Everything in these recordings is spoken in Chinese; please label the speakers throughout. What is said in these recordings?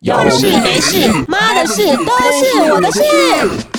Speaker 1: 有事没事，
Speaker 2: 妈的事都是我的事，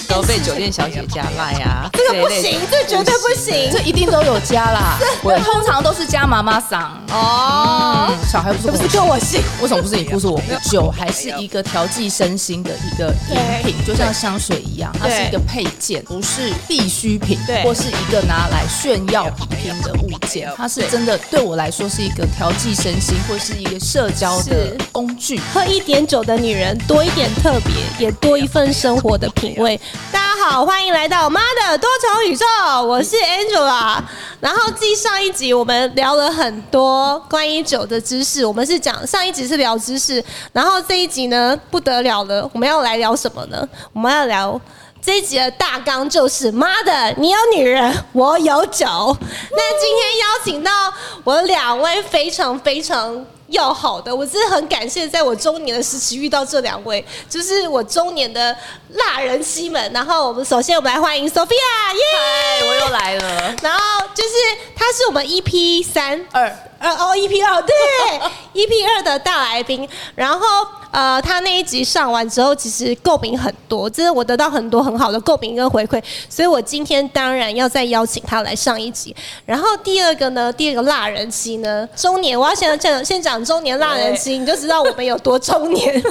Speaker 3: 都被酒店小姐加赖啊，
Speaker 2: 这个不行，这绝对不行，
Speaker 4: 这一定都有加啦。
Speaker 2: 我通常都是加妈妈嗓
Speaker 4: 哦，小孩不是
Speaker 2: 不
Speaker 4: 我
Speaker 2: 是跟我姓。
Speaker 4: 为什么不是你付是我付？酒还是一个调剂身心的一个饮品，就像香水一样，它
Speaker 2: 对
Speaker 4: 是一个配件，不是必需品，
Speaker 2: 对
Speaker 4: 或是一个拿来炫耀比拼的物件。它是真的对我来说是一个调剂身心，或是一个社交的
Speaker 5: 是
Speaker 4: 工具。
Speaker 5: 喝一点酒的女人，多一点特别，也多一份生活的品味。大家好，欢迎来到妈的多重宇宙，我是 Angela。然后继上一集我们聊了很多关于酒的知识，我们是讲上一集是聊知识，然后这一集呢不得了了，我们要来聊什么呢？我们要聊。这一集的大纲就是：妈的，你有女人，我有酒。那今天邀请到我两位非常非常要好的，我真的很感谢，在我中年的时期遇到这两位，就是我中年的辣人妻们。然后我们首先我们来欢迎 Sophia，耶！
Speaker 4: 我又来 了，
Speaker 5: 然后就是她是我们 EP 三
Speaker 4: 二
Speaker 5: 呃哦，EP 二对，EP 二的大来宾，然后呃，他那一集上完之后，其实共鸣很多，真的我得到很多很好的共鸣跟回馈，所以我今天当然要再邀请他来上一集。然后第二个呢，第二个辣人期呢，中年，我要先讲先讲中年辣人期，你就知道我们有多中年，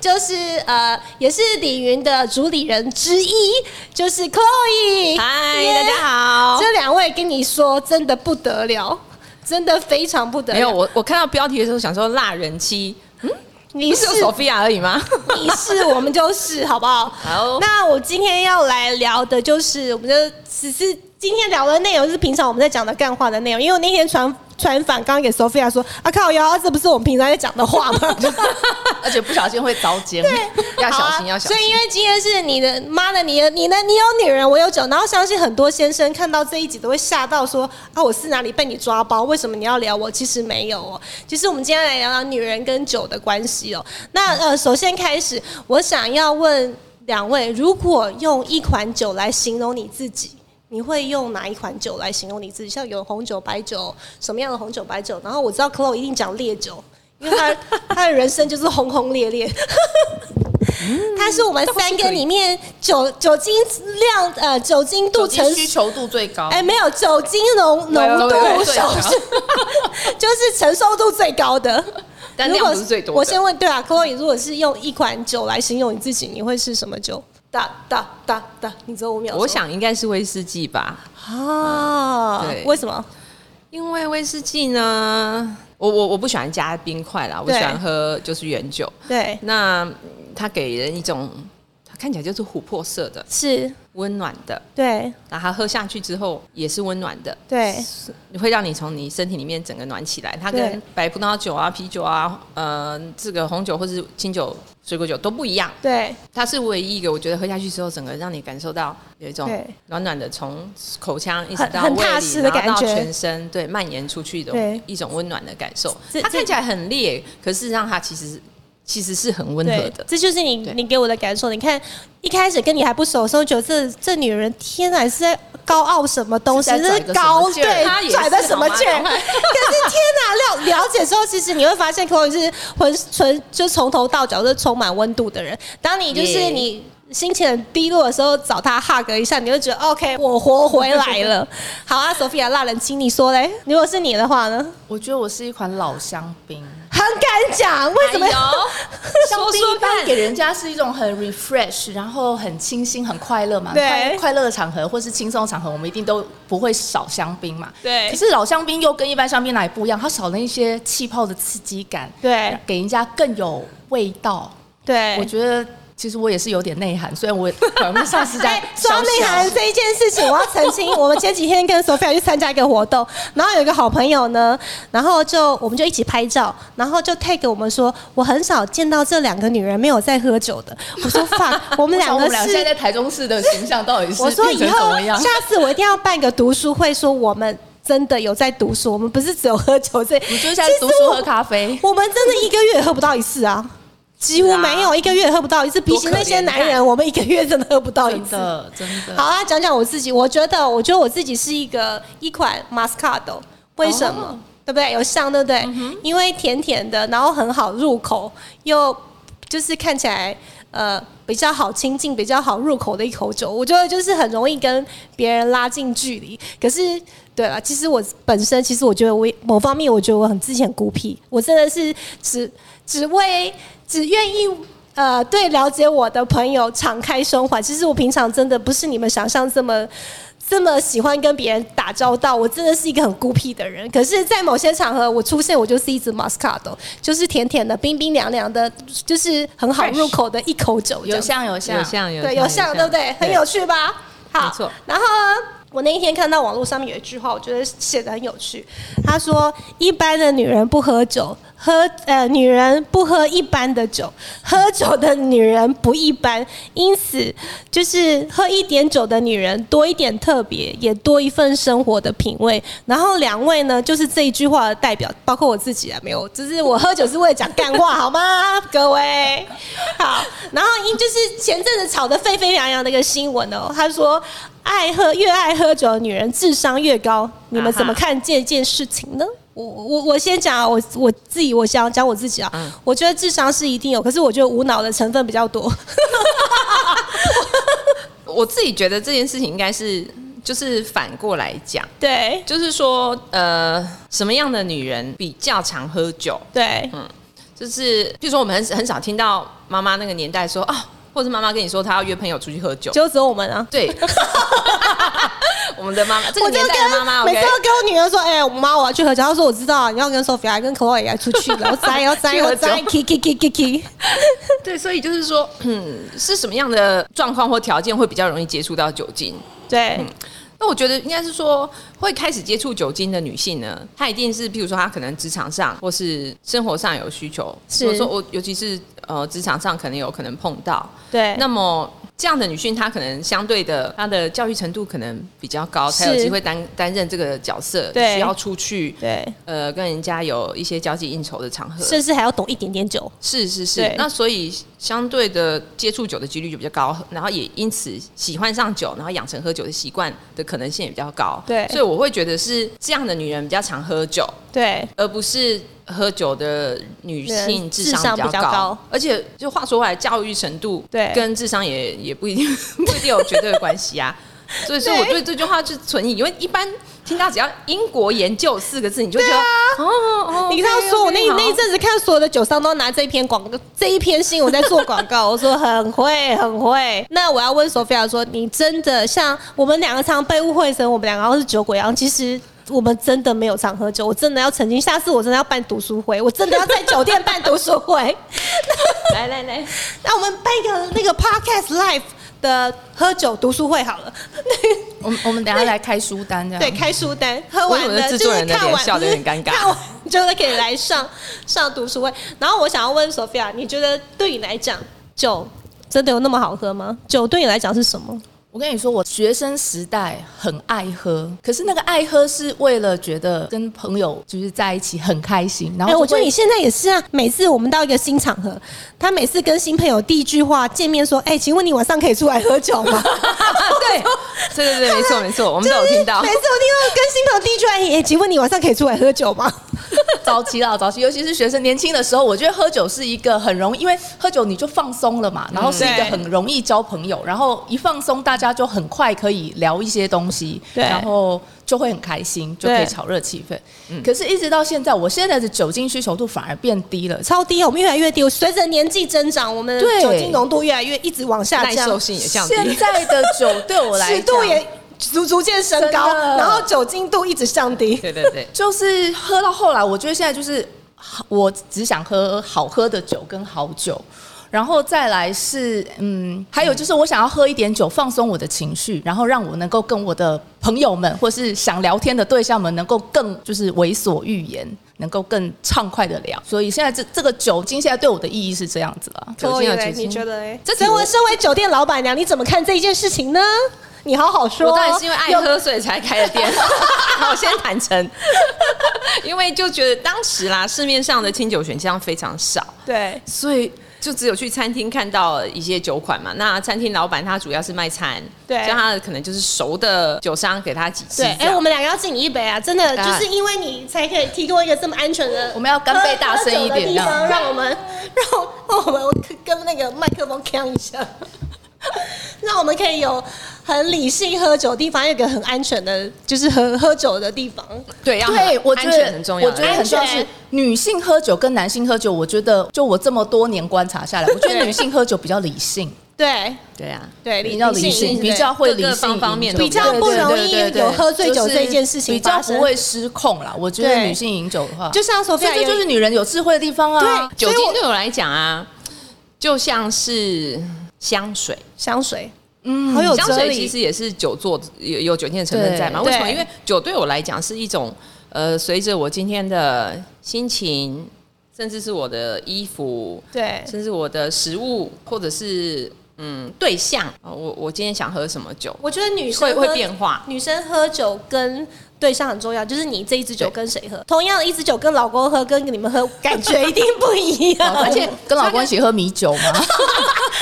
Speaker 5: 就是呃，也是李云的主理人之一，就是 Chloe，
Speaker 3: 嗨
Speaker 5: 耶
Speaker 3: 大家好
Speaker 5: 这两位跟你说真的不得了。真的非常不得了。
Speaker 3: 没有，我我看到标题的时候想说辣人妻，
Speaker 5: 你
Speaker 3: 不
Speaker 5: 是
Speaker 3: 是有 Sophia 而已吗？
Speaker 5: 你是我们就是，好不好？
Speaker 3: 好
Speaker 5: 那我今天要来聊的就是，我们就只是今天聊的内容是平常我们在讲的干话的内容，因为我那天传传反刚刚给 Sophia 说，啊靠腰，这不是我们平常在讲的话吗？
Speaker 4: 而且不小心会遭奸，
Speaker 3: 要
Speaker 5: 好
Speaker 3: 小
Speaker 5: 啊
Speaker 3: 心，要小
Speaker 5: 所以因
Speaker 3: 心。
Speaker 5: 为今天是你的妈的，你的你的你有女人，我有酒，然后相信很多先生看到这一集都会吓到说啊，我是哪里被你抓包？为什么你要聊我？ 其实没有哦，其实我们今天来聊聊女人跟酒的关系哦。那呃，首先开始，我想要问两位，如果用一款酒来形容你自己。你会用哪一款酒来形容你自己？像有红酒、白酒，什么样的红酒、白酒？然后我知道 Clo 一定讲烈酒，因为他他的人生就是轰轰烈烈。
Speaker 3: 嗯
Speaker 5: 它是我们三个里面酒酒精量呃酒精度
Speaker 4: 酒
Speaker 5: 乘
Speaker 4: 精需求度最高。
Speaker 5: 哎、没有酒精浓
Speaker 3: 啊
Speaker 5: 浓
Speaker 4: 对对
Speaker 5: 度
Speaker 4: 对
Speaker 5: 小， 就是承受度最高的。
Speaker 3: 但
Speaker 5: 如
Speaker 3: 量
Speaker 5: 果
Speaker 3: 不是最多的
Speaker 5: 我先问，对啊，Chloe，如果是用一款酒来形容你自己，你会是什么酒？哒哒哒哒，你只有五秒钟。
Speaker 3: 我想应该是威士忌吧，
Speaker 5: 啊
Speaker 3: 嗯对，
Speaker 5: 为什么？
Speaker 3: 因为威士忌呢，我我我不喜欢加冰块啦，我
Speaker 5: 对
Speaker 3: 喜欢喝就是原酒。
Speaker 5: 对，
Speaker 3: 那嗯它给人一种，它看起来就是琥珀色的，
Speaker 5: 是，
Speaker 3: 温暖的，
Speaker 5: 对
Speaker 3: 然后它喝下去之后也是温暖的，
Speaker 5: 对
Speaker 3: 会让你从你身体里面整个暖起来。它
Speaker 5: 对
Speaker 3: 跟白葡萄酒啊、啤酒啊、呃，这个红酒或是清酒、水果酒都不一样。
Speaker 5: 对
Speaker 3: 它是唯一一个我觉得喝下去之后，整个让你感受到有一种
Speaker 5: 对
Speaker 3: 暖暖的，从口腔一直
Speaker 5: 很
Speaker 3: 到
Speaker 5: 很
Speaker 3: 胃
Speaker 5: 踏
Speaker 3: 里，
Speaker 5: 实的
Speaker 3: 然后到
Speaker 5: 感觉
Speaker 3: 全身，对，蔓延出去一
Speaker 5: 对
Speaker 3: 种一种温暖的感受。
Speaker 5: 这
Speaker 3: 它看
Speaker 5: 这
Speaker 3: 起来很烈，可是让它其实其实是很温和
Speaker 5: 对
Speaker 3: 的，。
Speaker 5: 这就是你
Speaker 3: 对
Speaker 5: 你给我的感受。你看一开始跟你还不熟的时候，觉得这这女人天哪是在高傲什么东西，
Speaker 4: 是在
Speaker 5: 这
Speaker 4: 拽
Speaker 5: 是
Speaker 4: 个
Speaker 5: 高
Speaker 4: 什么劲儿
Speaker 3: 她
Speaker 5: 对
Speaker 3: 也
Speaker 5: 拽的
Speaker 3: 是
Speaker 5: 什么
Speaker 3: 好吗
Speaker 5: 劲儿？
Speaker 3: 赶
Speaker 5: 可
Speaker 3: 快
Speaker 5: 是天哪，了了解之后，其实你会发现 Chloe 是浑纯就从头到脚都是充满温度的人。当你就是
Speaker 3: Yeah
Speaker 5: 你。心情很低落的时候，找她 hug 一下，你会觉得哦 OK，我活回来了。好啊，Sophia，辣人亲，你说嘞？如果是你的话呢？
Speaker 4: 我觉得我是一款老香槟。
Speaker 5: 很敢讲，为什么
Speaker 3: 哎
Speaker 5: 要？
Speaker 3: 呦
Speaker 4: 香
Speaker 3: 说
Speaker 4: 槟
Speaker 3: 说
Speaker 4: 一般
Speaker 3: 看
Speaker 4: 给人家是一种很 refresh，然后很清新、很快乐嘛。
Speaker 5: 对
Speaker 4: 快快乐的场合或是轻松的场合，我们一定都不会少香槟嘛。
Speaker 5: 对
Speaker 4: 可是老香槟又跟一般香槟哪里不一样？它少了一些气泡的刺激感，
Speaker 5: 对
Speaker 4: 给人家更有味道。
Speaker 5: 对，
Speaker 4: 我觉得其实我也是有点内涵，虽然我可能上次 在
Speaker 5: 哎，说到内涵
Speaker 4: 小小
Speaker 5: 这一件事情，我要澄清。我们前几天跟 Sophia 去参加一个活动，然后有一个好朋友呢，然后就我们就一起拍照，然后就 tag 我们说，我很少见到这两个女人没有在喝酒的。我说 fuck，我们
Speaker 4: 我想
Speaker 5: 两
Speaker 4: 我
Speaker 5: 个
Speaker 4: 们俩现在
Speaker 5: 是。
Speaker 4: 在台中市的形象到底是
Speaker 5: 我说
Speaker 4: 变成
Speaker 5: 以
Speaker 4: 怎
Speaker 5: 后
Speaker 4: 么样？
Speaker 5: 下次我一定要办个读书会，说我们真的有在读书，我们不是只有喝酒 这。
Speaker 4: 你
Speaker 5: 其
Speaker 4: 就
Speaker 5: 实
Speaker 4: 像读书
Speaker 5: 我
Speaker 4: 喝咖啡。
Speaker 5: 我们真的一个月也喝不到一次啊，几乎没有一个月也喝不到一次。比起那些男
Speaker 3: 多可怜
Speaker 5: 人，我们一个月真的喝不到一
Speaker 4: 真
Speaker 5: 次。
Speaker 4: 的，真的。
Speaker 5: 好，啊，讲讲我自己。我觉得，我觉得我自己是一个一款 Moscato，为什么？对不对？有像对不对？因为甜甜的，然后很好入口，又就是看起来呃比较好亲近、比较好入口的一口酒，我觉得就是很容易跟别人拉近距离。可是对了，其实我本身其实我觉得我也某方面我觉得我很之前孤僻，我真的是只只为只愿意。呃，对了解我的朋友敞开胸怀，其实我平常真的不是你们想象这么这么喜欢跟别人打交道，我真的是一个很孤僻的人。可是，在某些场合我出现，我就是一只 Moscato，就是甜甜的、冰冰凉凉的，就是很好入口的一口酒这
Speaker 2: 有
Speaker 5: 样子。
Speaker 2: 像有像
Speaker 3: 有像有
Speaker 5: 对，有像对不对？很有趣吧？好，
Speaker 3: 没错
Speaker 5: 然后呢，我那一天看到网络上面有一句话，我觉得写的很有趣。他说：“一般的女人不喝酒，喝呃女人不喝一般的酒，喝酒的女人不一般，因此就是喝一点酒的女人多一点特别，也多一份生活的品味。”然后两位呢，就是这一句话的代表，包括我自己啊，没有，就是我喝酒是为了讲干话，好吗， 各位？好，然后因就是前阵子吵得沸沸扬扬的一个新闻哦，他说爱喝越爱喝酒的女人智商越高，你们怎么看这件事情呢？我我我先讲啊，我我自己我想讲我自己啊，
Speaker 3: 嗯
Speaker 5: 我觉得智商是一定有，可是我觉得无脑的成分比较 多。
Speaker 3: 我自己觉得这件事情应该是就是反过来讲，
Speaker 5: 对
Speaker 3: 就是说呃，什么样的女人比较常喝酒？
Speaker 5: 对，
Speaker 3: 就是比如说我们很很少听到妈妈那个年代说啊，或者是妈妈跟你说她要约朋友出去喝酒，
Speaker 5: 就只有我们啊。
Speaker 3: 对。 我们的妈妈，这个
Speaker 5: 我就
Speaker 3: 年代的妈妈
Speaker 5: 跟每
Speaker 3: ，OK，
Speaker 5: 次都跟我女儿说：“哎、我妈我要去喝酒。”她说：“我知道，你要跟 Sophia 跟 Chloe 也出去，然后摘，然后摘，
Speaker 3: 去
Speaker 5: 然
Speaker 3: 喝
Speaker 5: 后摘
Speaker 3: 酒
Speaker 5: ，ki ki ki ki ki。
Speaker 3: 对，所以就是说，嗯，是什么样的状况或条件会比较容易接触到酒精？”
Speaker 5: 对，
Speaker 3: 那我觉得应该是说，会开始接触酒精的女性呢，她一定是，譬如说她可能职场上或是生活上有需求，
Speaker 5: 是
Speaker 3: 或者说我尤其是呃职场上可能有可能碰到。
Speaker 5: 对，
Speaker 3: 那么这样的女性，她可能相对的，她的教育程度可能比较高，才有
Speaker 5: 是
Speaker 3: 机会担担任这个角色，
Speaker 5: 对
Speaker 3: 需要出去。
Speaker 5: 对，
Speaker 3: 呃，跟人家有一些交际应酬的场合，
Speaker 5: 甚至还要懂一点点酒。
Speaker 3: 是是是
Speaker 5: 对，
Speaker 3: 那所以相对的接触酒的几率就比较高，然后也因此喜欢上酒，然后养成喝酒的习惯的可能性也比较高。
Speaker 5: 对
Speaker 3: 所以我会觉得是这样的女人比较常喝酒，
Speaker 5: 对，
Speaker 3: 而不是喝酒的女性
Speaker 5: 人
Speaker 3: 智
Speaker 5: 智
Speaker 3: 商
Speaker 5: 商
Speaker 3: 比较
Speaker 5: 比较高
Speaker 3: 而且就话说回来，教育程度
Speaker 5: 对
Speaker 3: 跟智商也也不一定 不一定有绝对的关系 啊。所以说，我
Speaker 5: 对
Speaker 3: 对这句话是存疑，因为一般听到只要英国研究四个字，你就会觉得、
Speaker 5: 啊
Speaker 3: 哦哦，
Speaker 5: 你跟他说，我那
Speaker 3: OK，OK，好
Speaker 5: 那一阵子看所有的酒商都拿这一篇广告，这一篇新闻在做广告， 我说很会，很会。那我要问 Sophia 说，你真的像我们两个常被误会成我们两个都是酒鬼，然后其实。我们真的没有常喝酒，我真的要澄清，下次我真的要办读书会，我真的要在酒店办读书 会。
Speaker 3: 来来来，
Speaker 5: 那我们办一个那个 podcast live 的喝酒读书会好了，
Speaker 4: 我们我们等一下来开书单这样。
Speaker 5: 对，开书单，喝完
Speaker 3: 嗯我以为
Speaker 5: 的
Speaker 3: 制
Speaker 5: 就
Speaker 3: 作
Speaker 5: 是
Speaker 3: 人的
Speaker 5: 看
Speaker 3: 脸
Speaker 5: 完，
Speaker 3: 笑得有点尴尬
Speaker 5: 不 是看完就是可以来上上读书会。然后我想要问 Sophia，你觉得对你来讲，酒真的有那么好喝吗？酒对你来讲是什么？
Speaker 4: 我跟你说，我学生时代很爱喝，可是那个爱喝是为了觉得跟朋友就是在一起很开心，
Speaker 5: 哎、
Speaker 4: 然后就会、
Speaker 5: 我觉得 你现在也是啊。每次我们到一个新场合，他每次跟新朋友第一句话见面说：“哎、请问你晚上可以出来喝酒吗？” 对，
Speaker 3: 啊对对对，没错没错，我们都有听 到
Speaker 5: 每。次我听到跟新朋友第一句话：“哎、请问你晚上可以出来喝酒吗
Speaker 4: 早期啦，早期，尤其是学生年轻的时候，我觉得喝酒是一个很容易，因为喝酒你就放松了嘛，然后是一个
Speaker 5: 对
Speaker 4: 很容易交朋友，然后一放松，大家就很快可以聊一些东西，
Speaker 5: 对
Speaker 4: 然后就会很开心，就可以
Speaker 5: 对
Speaker 4: 炒热气氛。可是，一直到现在，我现在的酒精需求度反而变低了？”。
Speaker 5: 超低，我们越来越低。随着年纪增长，我们
Speaker 4: 对
Speaker 5: 酒精浓度越来越一直往下
Speaker 3: 耐
Speaker 5: 降，
Speaker 3: 受性也降低。
Speaker 4: 现在的酒对我来
Speaker 5: 尺
Speaker 4: 讲，
Speaker 5: 度也逐逐渐升高，
Speaker 4: 真的
Speaker 5: 然后酒精度一直降低。
Speaker 3: 对对对，
Speaker 4: 就是喝到后来，我觉得现在就是我只想喝好喝的酒跟好酒，然后再来是嗯，还有就是我想要喝一点酒放松我的情绪，然后让我能够跟我的朋友们或是想聊天的对象们能够更就是为所欲言，能够更畅快的聊。所以现在这这个酒精现在对我的意义是这样子了。
Speaker 3: 酒精有酒
Speaker 5: 哦你
Speaker 3: 精。
Speaker 5: 觉得嘞？
Speaker 3: 这
Speaker 5: 所以我身为酒店老板娘，你怎么看这一件事情呢？你好好说
Speaker 3: 我
Speaker 5: 哦。
Speaker 3: 当然是因为爱喝，所以才开的店。 好，我先坦诚，因为就觉得当时啦，市面上的清酒选项非常少，
Speaker 5: 对
Speaker 3: 所以就只有去餐厅看到一些酒款嘛。那餐厅老板他主要是卖餐，
Speaker 5: 对
Speaker 3: 像他可能就是熟的酒商给他几支这
Speaker 5: 对，
Speaker 3: 样。
Speaker 5: 哎、我们两个要敬你一杯啊！真的，
Speaker 3: 当
Speaker 5: 就
Speaker 3: 然
Speaker 5: 是因为你才可以提供一个这么安全的，
Speaker 4: 我们要干杯大声一点
Speaker 5: 地方，
Speaker 4: 让
Speaker 5: 让我们让我们我跟那个麦克风扛一下， 让我们可以有很理性喝酒的地方，有一个很安全的，就是喝喝酒的地方。
Speaker 3: 对，要
Speaker 4: 对，我觉
Speaker 3: 安全
Speaker 4: 得
Speaker 3: 很重要。
Speaker 4: 我觉得很重要
Speaker 5: 安全
Speaker 4: 是女性喝酒跟男性喝酒，我觉得就我这么多年观察下来，我觉得女性喝酒比较理性，
Speaker 5: 对
Speaker 3: 对啊，
Speaker 5: 对，
Speaker 4: 比较理性，比较会理
Speaker 3: 各个
Speaker 4: 性
Speaker 3: 方
Speaker 4: 饮
Speaker 3: 方面
Speaker 4: 酒
Speaker 3: 都
Speaker 5: 比较不容易有喝醉酒这一件事情
Speaker 4: 比较
Speaker 5: 发生
Speaker 4: 不会失控啦。我觉得
Speaker 5: 对
Speaker 4: 女性饮酒的话，
Speaker 5: 就像索菲
Speaker 4: 所
Speaker 5: 亚
Speaker 4: 以这就是女人有智慧的地方啊。
Speaker 5: 对
Speaker 3: 酒
Speaker 5: 所以我
Speaker 3: 精对我来讲啊，就像是香水。
Speaker 5: 香水，嗯，好有
Speaker 3: 香
Speaker 5: 哲
Speaker 3: 水其
Speaker 5: 理
Speaker 3: 实。也是酒做有有酒精的成分在嘛？
Speaker 4: 对
Speaker 3: 为什么？
Speaker 5: 对
Speaker 3: 因为酒对我来讲是一种呃，随着我今天的心情，甚至是我的衣服，
Speaker 5: 对
Speaker 3: 甚至我的食物，或者是嗯对象，啊我我今天想喝什么酒，
Speaker 5: 我觉得女生
Speaker 3: 会
Speaker 5: 喝
Speaker 3: 会变化。
Speaker 5: 女生喝酒跟对象很重要，就是你这一支酒跟谁喝，同样的一支酒跟老公喝跟你们喝感觉一定不一 样。
Speaker 4: 而且跟老公一起喝米酒嘛，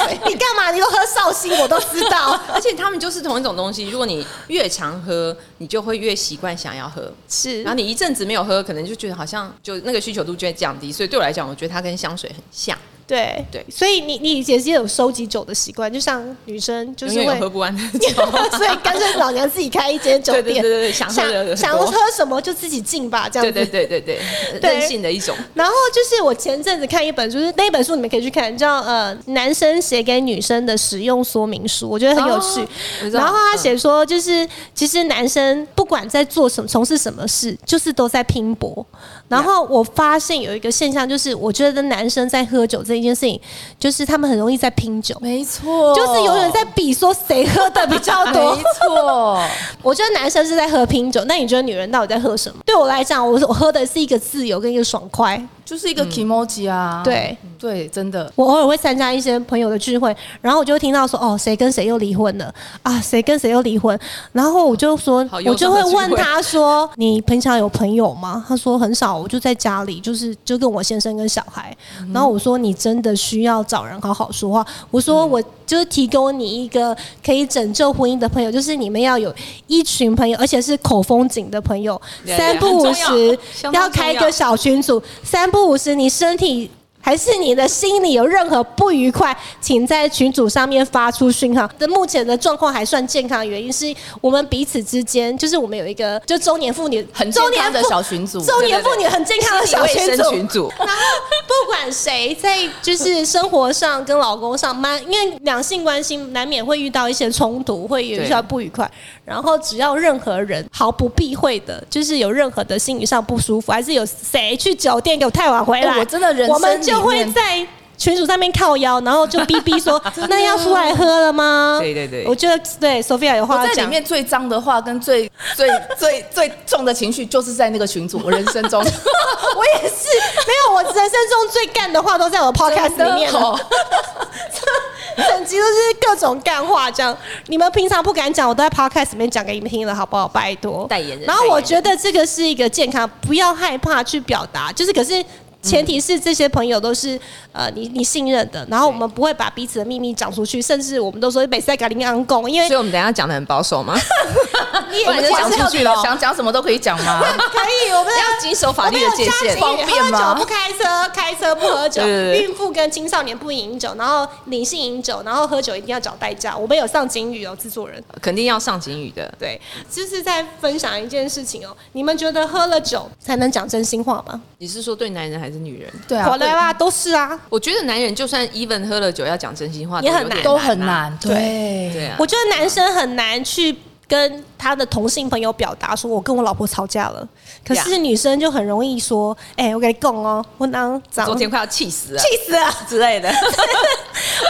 Speaker 5: 你干嘛？你都喝绍兴，我都知 道。
Speaker 3: 而且他们就是同一种东西，如果你越常喝，你就会越习惯想要喝。
Speaker 5: 是
Speaker 3: 然后你一阵子没有喝，可能就觉得好像就那个需求度就会降低，所以对我来讲，我觉得它跟香水很像，
Speaker 5: 对
Speaker 3: 对
Speaker 5: 所以你你也是有收集酒的习惯，就像女生就是
Speaker 3: 永远有
Speaker 5: 会。
Speaker 3: 喝。不完的酒
Speaker 5: 所以干脆老娘自己开一间酒店，
Speaker 3: 对对对对想喝
Speaker 5: 想
Speaker 3: 的
Speaker 5: 想
Speaker 3: 多
Speaker 5: 喝什么就自己进吧，这样
Speaker 3: 对
Speaker 5: 子。
Speaker 3: 对对对对，
Speaker 5: 对
Speaker 3: 任性的一种。
Speaker 5: 然后就是我前阵子看一本书，就是那一本书你们可以去看，叫呃《男生写给女生的使用说明书》，我觉得很有趣。
Speaker 3: 哦我知道
Speaker 5: 然后他写说，就是、其实男生不管在做什么、从事什么事，就是都在拼搏。然后我发现有一个现象，就是我觉得男生在喝酒这一件事情，就是他们很容易在拼酒。
Speaker 3: 哦
Speaker 4: 没 错
Speaker 5: 就是永远 在比说谁喝的比较 多
Speaker 3: 哎
Speaker 4: 没， 错，
Speaker 5: 我觉得男生是在喝拼酒，那你觉得女人到底在喝什么？对我来讲，我我喝的是一个自由跟一个爽快，
Speaker 4: 就是一个 emoji 啊。
Speaker 5: 对，
Speaker 4: 对，真的。
Speaker 5: 我偶尔会参加一些朋友的聚会，然后我就会听到说，哦，谁跟谁又离婚了啊，谁跟谁又离婚，然后我就说
Speaker 3: 好，
Speaker 5: 我
Speaker 3: 忧
Speaker 5: 就
Speaker 3: 伤
Speaker 5: 会
Speaker 3: 的聚
Speaker 5: 问
Speaker 3: 会
Speaker 5: 他说，你平常有朋友吗？他说很少，我就在家里，就是就跟我先生跟小孩。
Speaker 3: 嗯
Speaker 5: 然后我说，你真的需要找人好好说话。我说，
Speaker 3: 嗯
Speaker 5: 我就是提供你一个可以拯救婚姻的朋友，就是你们要有一群朋友，而且是口风景的朋友，
Speaker 3: 对
Speaker 5: 三不五十
Speaker 3: 很重要相当
Speaker 5: 要开一
Speaker 3: 重
Speaker 5: 个
Speaker 3: 要
Speaker 5: 小群组，三不五十，你身体还是你的心里有任何不愉快，请在群组上面发出讯号。的目前的状况还算健康，的原因是我们彼此之间，就是我们有一个就中年妇女
Speaker 4: 很
Speaker 5: 中
Speaker 4: 健
Speaker 5: 年
Speaker 4: 康的
Speaker 5: 妇
Speaker 4: 小群组，
Speaker 5: 中年妇女很健康的小
Speaker 3: 卫
Speaker 5: 群
Speaker 3: 生
Speaker 5: 组。
Speaker 3: 群组，
Speaker 5: 然后不管谁在就是生活上跟老公上班，因为两性关系难免会遇到一些冲突，会有一些
Speaker 3: 对
Speaker 5: 不愉快。然后只要任何人毫不避讳的，就是有任何的心理上不舒服，还是有谁去酒店给我太晚回来，
Speaker 4: 哎我真的人生
Speaker 5: 我们就会 在。群主上面靠腰，然后就逼逼说：“ 那要出来喝了吗？”
Speaker 3: 对对对
Speaker 5: 我觉得对 Sophia 有
Speaker 4: 我
Speaker 5: 话要
Speaker 4: 在
Speaker 5: 讲
Speaker 4: 里。面最脏的话跟最最最最重的情绪，就是在那个群组。我人生中
Speaker 5: 我也是， 没有，我人生中最干的话都在我的 podcast 里面
Speaker 3: 哦
Speaker 5: 了。 整集都是各种干话，这样你们平常不敢讲，我都在 podcast 里面讲给你们听了，好不好？拜托，
Speaker 3: 代言人
Speaker 5: 然后我
Speaker 3: 代言人
Speaker 5: 觉得这个是一个健康，不要害怕去表达，就是可是。前提是这些朋友都是呃你你信任的，然后我们不会把彼此的秘密讲出去，甚至我们都说哎北塞嘎林安贡，因为
Speaker 3: 所以我们等一下讲的很保 守嘛，
Speaker 5: 你也
Speaker 3: 不然就讲出去了
Speaker 4: 想讲什么都可以讲吗？
Speaker 5: 可以，我 们
Speaker 3: 要谨守法律的界限。
Speaker 5: 我哦们有家庭
Speaker 4: 方便吗
Speaker 5: 喝酒不开车，开车不喝酒，
Speaker 3: 对对对
Speaker 5: 孕妇跟青少年不饮酒，然后理性饮酒，然后喝酒一定要找代驾。我们有上警语哦，制作人。
Speaker 3: 肯定要上警语的。
Speaker 5: 对，就是在分享一件事情哦。你们觉得喝了酒才能讲真心话吗？
Speaker 3: 你是说对男人还是女人？
Speaker 4: 对啊
Speaker 5: 火，来吧，都是啊。
Speaker 3: 我觉得男人就算 even 喝了酒要讲真心话
Speaker 5: 也很
Speaker 3: 有
Speaker 5: 难
Speaker 3: 点
Speaker 4: 都很
Speaker 3: 啊。
Speaker 4: 难。对
Speaker 3: 对啊，
Speaker 5: 我觉得男生很难去跟他的同性朋友表达说，我跟我老婆吵架了。可是
Speaker 3: Yeah
Speaker 5: 女生就很容易说，哎、我跟你讲哦，我当长
Speaker 3: 昨天快要气死了
Speaker 5: 气死
Speaker 4: 啊
Speaker 5: 了。
Speaker 3: 之类 的。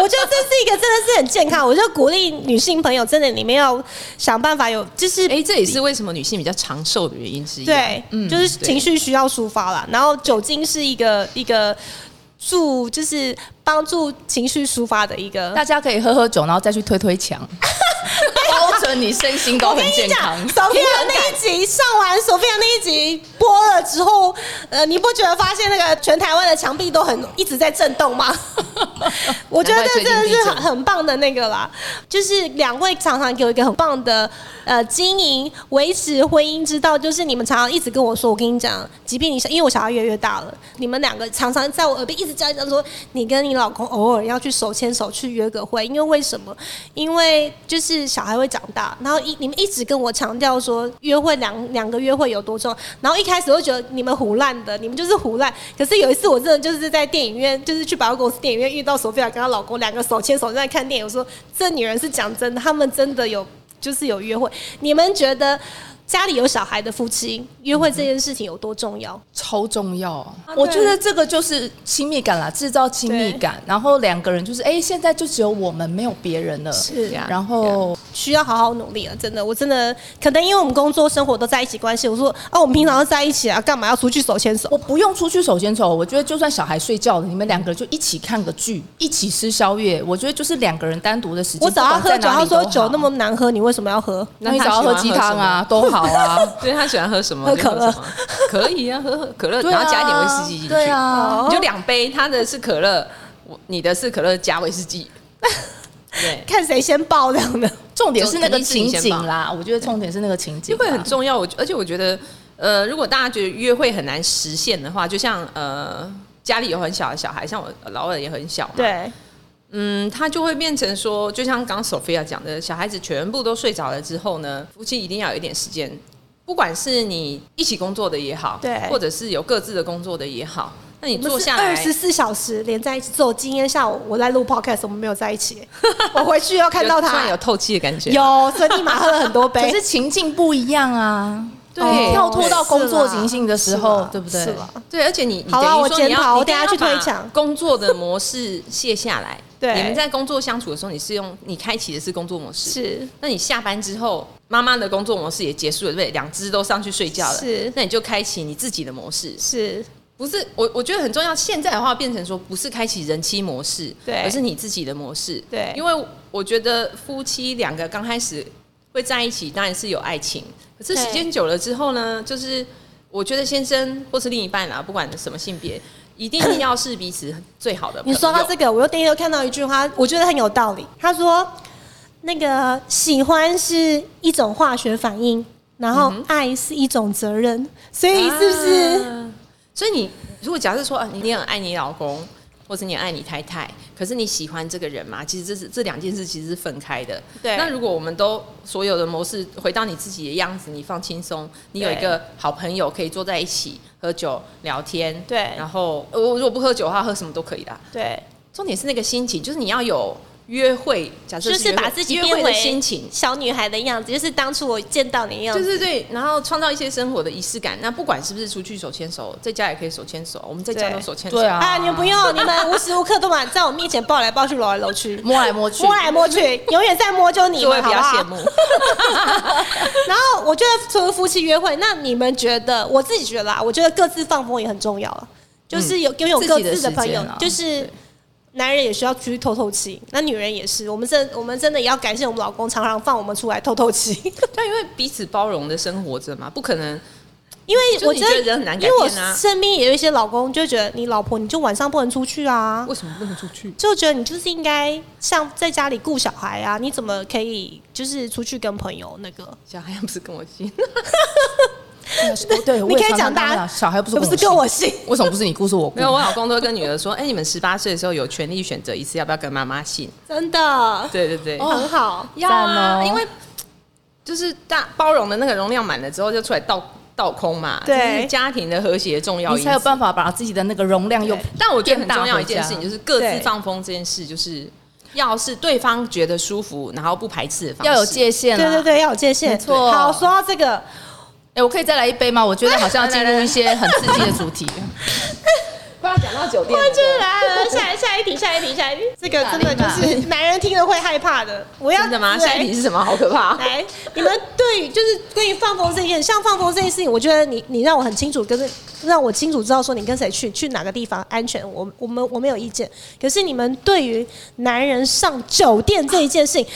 Speaker 5: 我觉得这是一个真的是很健康，我就鼓励女性朋友，真的你们要想办法有，就是
Speaker 3: 哎，这也是为什么女性比较长寿的原因之一。，啊
Speaker 5: 对，就是情绪需要抒发啦。然后酒精是一个一个助，就是帮助情绪抒发的一个。
Speaker 4: 大家可以喝喝酒，然后再去推推墙。包准你身心都
Speaker 5: 我跟
Speaker 4: 很
Speaker 5: 你
Speaker 4: 健
Speaker 5: 讲
Speaker 4: 康。
Speaker 5: ，Sophia 那一集上完 Sophia 那一集播了之后，呃，你不觉得发现那个全台湾的墙壁都很一直在震动 吗？我觉得这真的是很很棒的那个啦，就是两位常常给我一个很棒的呃经营维持婚姻之道，就是你们常常一直跟我说，我跟你讲，即便你想，因为我小孩越来越大了，你们两个常常在我耳边一直讲讲说，你跟你老公偶尔要去手牵手去约个会，因为为什么？因为就是小孩会长大，然后一你们一直跟我强调说约会两两个约会有多重要，然后一开始我就觉得你们胡烂的，你们就是胡烂。可是有一次我真的就是在电影院，就是去百货公司电影院遇到索菲亚跟她老公两个手牵手在看电影，我说这女人是讲真的，他们真的有就是有约会。你们觉得家里有小孩的夫妻约会这件事情有多重要？
Speaker 4: 超重要啊
Speaker 5: 啊！
Speaker 4: 我
Speaker 5: 对
Speaker 4: 觉得这个就是亲密感啦，制造亲密感，然后两个人就是哎、现在就只有我们，没有别人了。
Speaker 5: 是
Speaker 3: 呀
Speaker 4: 然后
Speaker 5: 需要好好努力了，真的，我真的可能因为我们工作生活都在一起关系，我说啊，我们平常都在一起啊，干嘛要出去手牵手？
Speaker 4: 我不用出去手牵手，我觉得就算小孩睡觉了，你们两个人就一起看个剧，一起吃宵夜，我觉得就是两个人单独的时间。
Speaker 5: 我找他
Speaker 4: 不
Speaker 5: 喝
Speaker 4: 管
Speaker 5: 酒，
Speaker 4: 在哪
Speaker 5: 他
Speaker 4: 里都
Speaker 5: 说
Speaker 4: 好
Speaker 5: 酒那么，难喝，你为什么要喝？
Speaker 4: 那你找他喝鸡汤啊， 都好啊。
Speaker 3: 对他喜欢喝什么？
Speaker 5: 喝
Speaker 3: 你
Speaker 5: 可乐
Speaker 3: 什么，可以啊，喝喝可乐，
Speaker 4: 对
Speaker 3: 然
Speaker 4: 啊
Speaker 3: 后加一点威士忌进去，
Speaker 4: 对啊，
Speaker 3: 你就
Speaker 5: 哦
Speaker 3: 两杯，他的是可乐，我你的是可乐加威 士忌，对，
Speaker 5: 看谁先爆这样的。
Speaker 4: 重哦点是那个
Speaker 3: 肯定是你
Speaker 4: 情
Speaker 3: 先
Speaker 4: 景啦，我觉得重点是那个情景
Speaker 3: 机
Speaker 4: 啦，
Speaker 3: 会很重要。我而且我觉得，呃，如果大家觉得约会很难实现的话，就像呃家里有很小的小孩，像我老二也很小嘛，
Speaker 5: 对，
Speaker 3: 嗯，他就会变成说，就像刚 Sophia 讲的，小孩子全部都睡着了之后呢，夫妻一定要有一点时间，不管是你一起工作的也好，
Speaker 5: 对
Speaker 3: 或者是有各自的工作的也好，那你
Speaker 5: 我
Speaker 3: 坐
Speaker 5: 们是
Speaker 3: 下
Speaker 5: 二
Speaker 3: 来
Speaker 5: 十四小时连在一起。只有今天下午我在录 podcast，我们没有在一起。我回去要看到
Speaker 3: 有突然
Speaker 5: 他
Speaker 3: 有，透气的感觉，
Speaker 5: 有，所以立马喝了很多
Speaker 4: 可
Speaker 5: 杯
Speaker 4: 是。情境不一样啊。
Speaker 3: 对、
Speaker 5: 哦
Speaker 4: 跳脱到工作情境的时候
Speaker 5: 是啦
Speaker 4: 对不对
Speaker 5: 是啦
Speaker 3: 对，而且你
Speaker 5: 好啦
Speaker 3: 了，
Speaker 5: 我
Speaker 3: 你等
Speaker 5: 检
Speaker 3: 于说你要
Speaker 5: 讨
Speaker 3: 你
Speaker 5: 我等下
Speaker 3: 要
Speaker 5: 去推
Speaker 3: 把
Speaker 5: 墙
Speaker 3: 工作的模式卸下来。
Speaker 5: 对
Speaker 3: 你们在工作相处的时候，你是用你开启的是工作模式，
Speaker 5: 是
Speaker 3: 那你下班之后，妈妈的工作模式也结束了，对不对？两只都上去睡觉了，
Speaker 5: 是
Speaker 3: 那你就开启你自己的模式，
Speaker 5: 是，
Speaker 3: 不是我我觉得很重要。现在的话变成说，不是开启人妻模式，
Speaker 5: 对
Speaker 3: 而是你自己的模式，
Speaker 5: 对
Speaker 3: 因为我觉得夫妻两个刚开始会在一起，当然是有爱情，可是
Speaker 5: 对
Speaker 3: 时间久了之后呢，就是我觉得先生或是另一半啊，不管什么性别，一定要是彼此最好的朋
Speaker 5: 你
Speaker 3: 友。
Speaker 5: 说到这个，我又第一又看到一句话，我觉得很有道理。他说，那个喜欢是一种化学反应，然后爱是一种责任，所以哎是不是？
Speaker 3: 啊所以你如果假设说，啊，你你很爱你老公，或者你很爱你太太，可是你喜欢这个人嘛？其实这是这两件事其实是分开的。
Speaker 5: 对
Speaker 3: 那如果我们都所有的模式回到你自己的样子，你放轻松，你有一
Speaker 5: 对
Speaker 3: 个好朋友可以坐在一起喝酒聊天。
Speaker 5: 对
Speaker 3: 然后呃我如果不喝酒的话，喝什么都可以啦。
Speaker 5: 对，
Speaker 3: 重点是那个心情，就是你要有约会，假设
Speaker 5: 就是
Speaker 3: 约会
Speaker 5: 把自己
Speaker 3: 约
Speaker 5: 变
Speaker 3: 会的
Speaker 5: 回
Speaker 3: 心情。
Speaker 5: 小女孩的样子，就是当初我见到你的样
Speaker 3: 对
Speaker 5: 子。
Speaker 3: 对对，然后创造一些生活的仪式感。那不管是不是出去手牵手，在家也可以手牵手，我们在家
Speaker 5: 对
Speaker 3: 都手牵手。
Speaker 4: 对啊，
Speaker 5: 啊，你们不用，你们无时无刻都把在我面前抱来 抱去、搂来搂去、
Speaker 4: 摸来摸去，
Speaker 5: 摸来摸去，永远在摸 就你
Speaker 3: 就会
Speaker 5: 们，
Speaker 3: 比
Speaker 5: 好不
Speaker 3: 较
Speaker 5: 好？
Speaker 3: 羡慕。
Speaker 5: 然后我觉得除了夫妻约会，那你们觉得，我自己觉得啦，我觉得各自放风也很重要啊，就是有拥有
Speaker 3: 自己
Speaker 5: 各
Speaker 3: 的
Speaker 5: 嗯自的
Speaker 3: 时
Speaker 5: 朋
Speaker 3: 间
Speaker 5: 友
Speaker 3: 啊，
Speaker 5: 就是。男人也需要出去透透气，那女人也是。我们真我们真的也要感谢我们老公，常常放我们出来透透气。
Speaker 3: 对，因为彼此包容的生活着嘛，不可能
Speaker 5: 因为
Speaker 3: 就是
Speaker 5: 我
Speaker 3: 你
Speaker 5: 真
Speaker 3: 觉得
Speaker 5: 的
Speaker 3: 人很难改
Speaker 5: 因为我
Speaker 3: 变啊
Speaker 5: 身边也有一些老公就觉得你老婆你就晚上不能出去啊，
Speaker 3: 为什么不能出去？
Speaker 5: 就觉得你就是应该像在家里顾小孩啊，你怎么可以就是出去跟朋友那个？
Speaker 3: 小 孩不是跟我姓，
Speaker 4: 对，我
Speaker 5: 你
Speaker 4: 也
Speaker 5: 可以讲
Speaker 4: 常常
Speaker 5: 大
Speaker 4: 当
Speaker 5: 家
Speaker 4: 啊小孩不是
Speaker 5: 不是跟
Speaker 4: 姓
Speaker 5: 我姓？
Speaker 4: 为什么不是你姑是我姑？
Speaker 3: 没有，我老公都会跟女儿说：“哎、你们十八岁的时候有权利选择一次要不要跟妈妈姓。
Speaker 5: 真的”哦
Speaker 3: 对对对，
Speaker 5: 很好，
Speaker 3: 要
Speaker 4: 赞
Speaker 3: 啊，
Speaker 4: 哦
Speaker 3: 因为就是大包容的那个容量满了之后，就出来倒倒空嘛。
Speaker 5: 对
Speaker 3: 就是家庭的和谐重要因
Speaker 4: 你
Speaker 3: 素，
Speaker 4: 才有办法把自己的那个容量又
Speaker 5: 对
Speaker 3: 但我觉得很重要一件事
Speaker 4: 变
Speaker 3: 情
Speaker 4: 大回家
Speaker 3: 就是各自
Speaker 5: 对
Speaker 3: 放风这件事，就是要是对方觉得舒服，然后不排斥的方式，
Speaker 4: 要有界限啊
Speaker 5: 对
Speaker 4: 啦。
Speaker 5: 对对，要有界限。
Speaker 4: 没错
Speaker 5: 好，说到这个，
Speaker 4: 哎，我可以再来一杯吗？我觉得好像进入一些很刺激的主 题。
Speaker 3: 快要讲到酒店
Speaker 5: 我
Speaker 3: 了
Speaker 5: 就来了，下下一题，下一题，下一题，这个真的就是男人听了会害怕的。我要
Speaker 3: 真的吗？
Speaker 5: 对
Speaker 3: 下一题是什么？好可怕！
Speaker 5: 来，你们对于就是关于放风这件，像放风这件事情，我觉得你你让我很清楚，跟让我清楚知道说你跟谁去，去哪个地方安全，我我们我没有意见。可是你们对于男人上酒店这一件事情，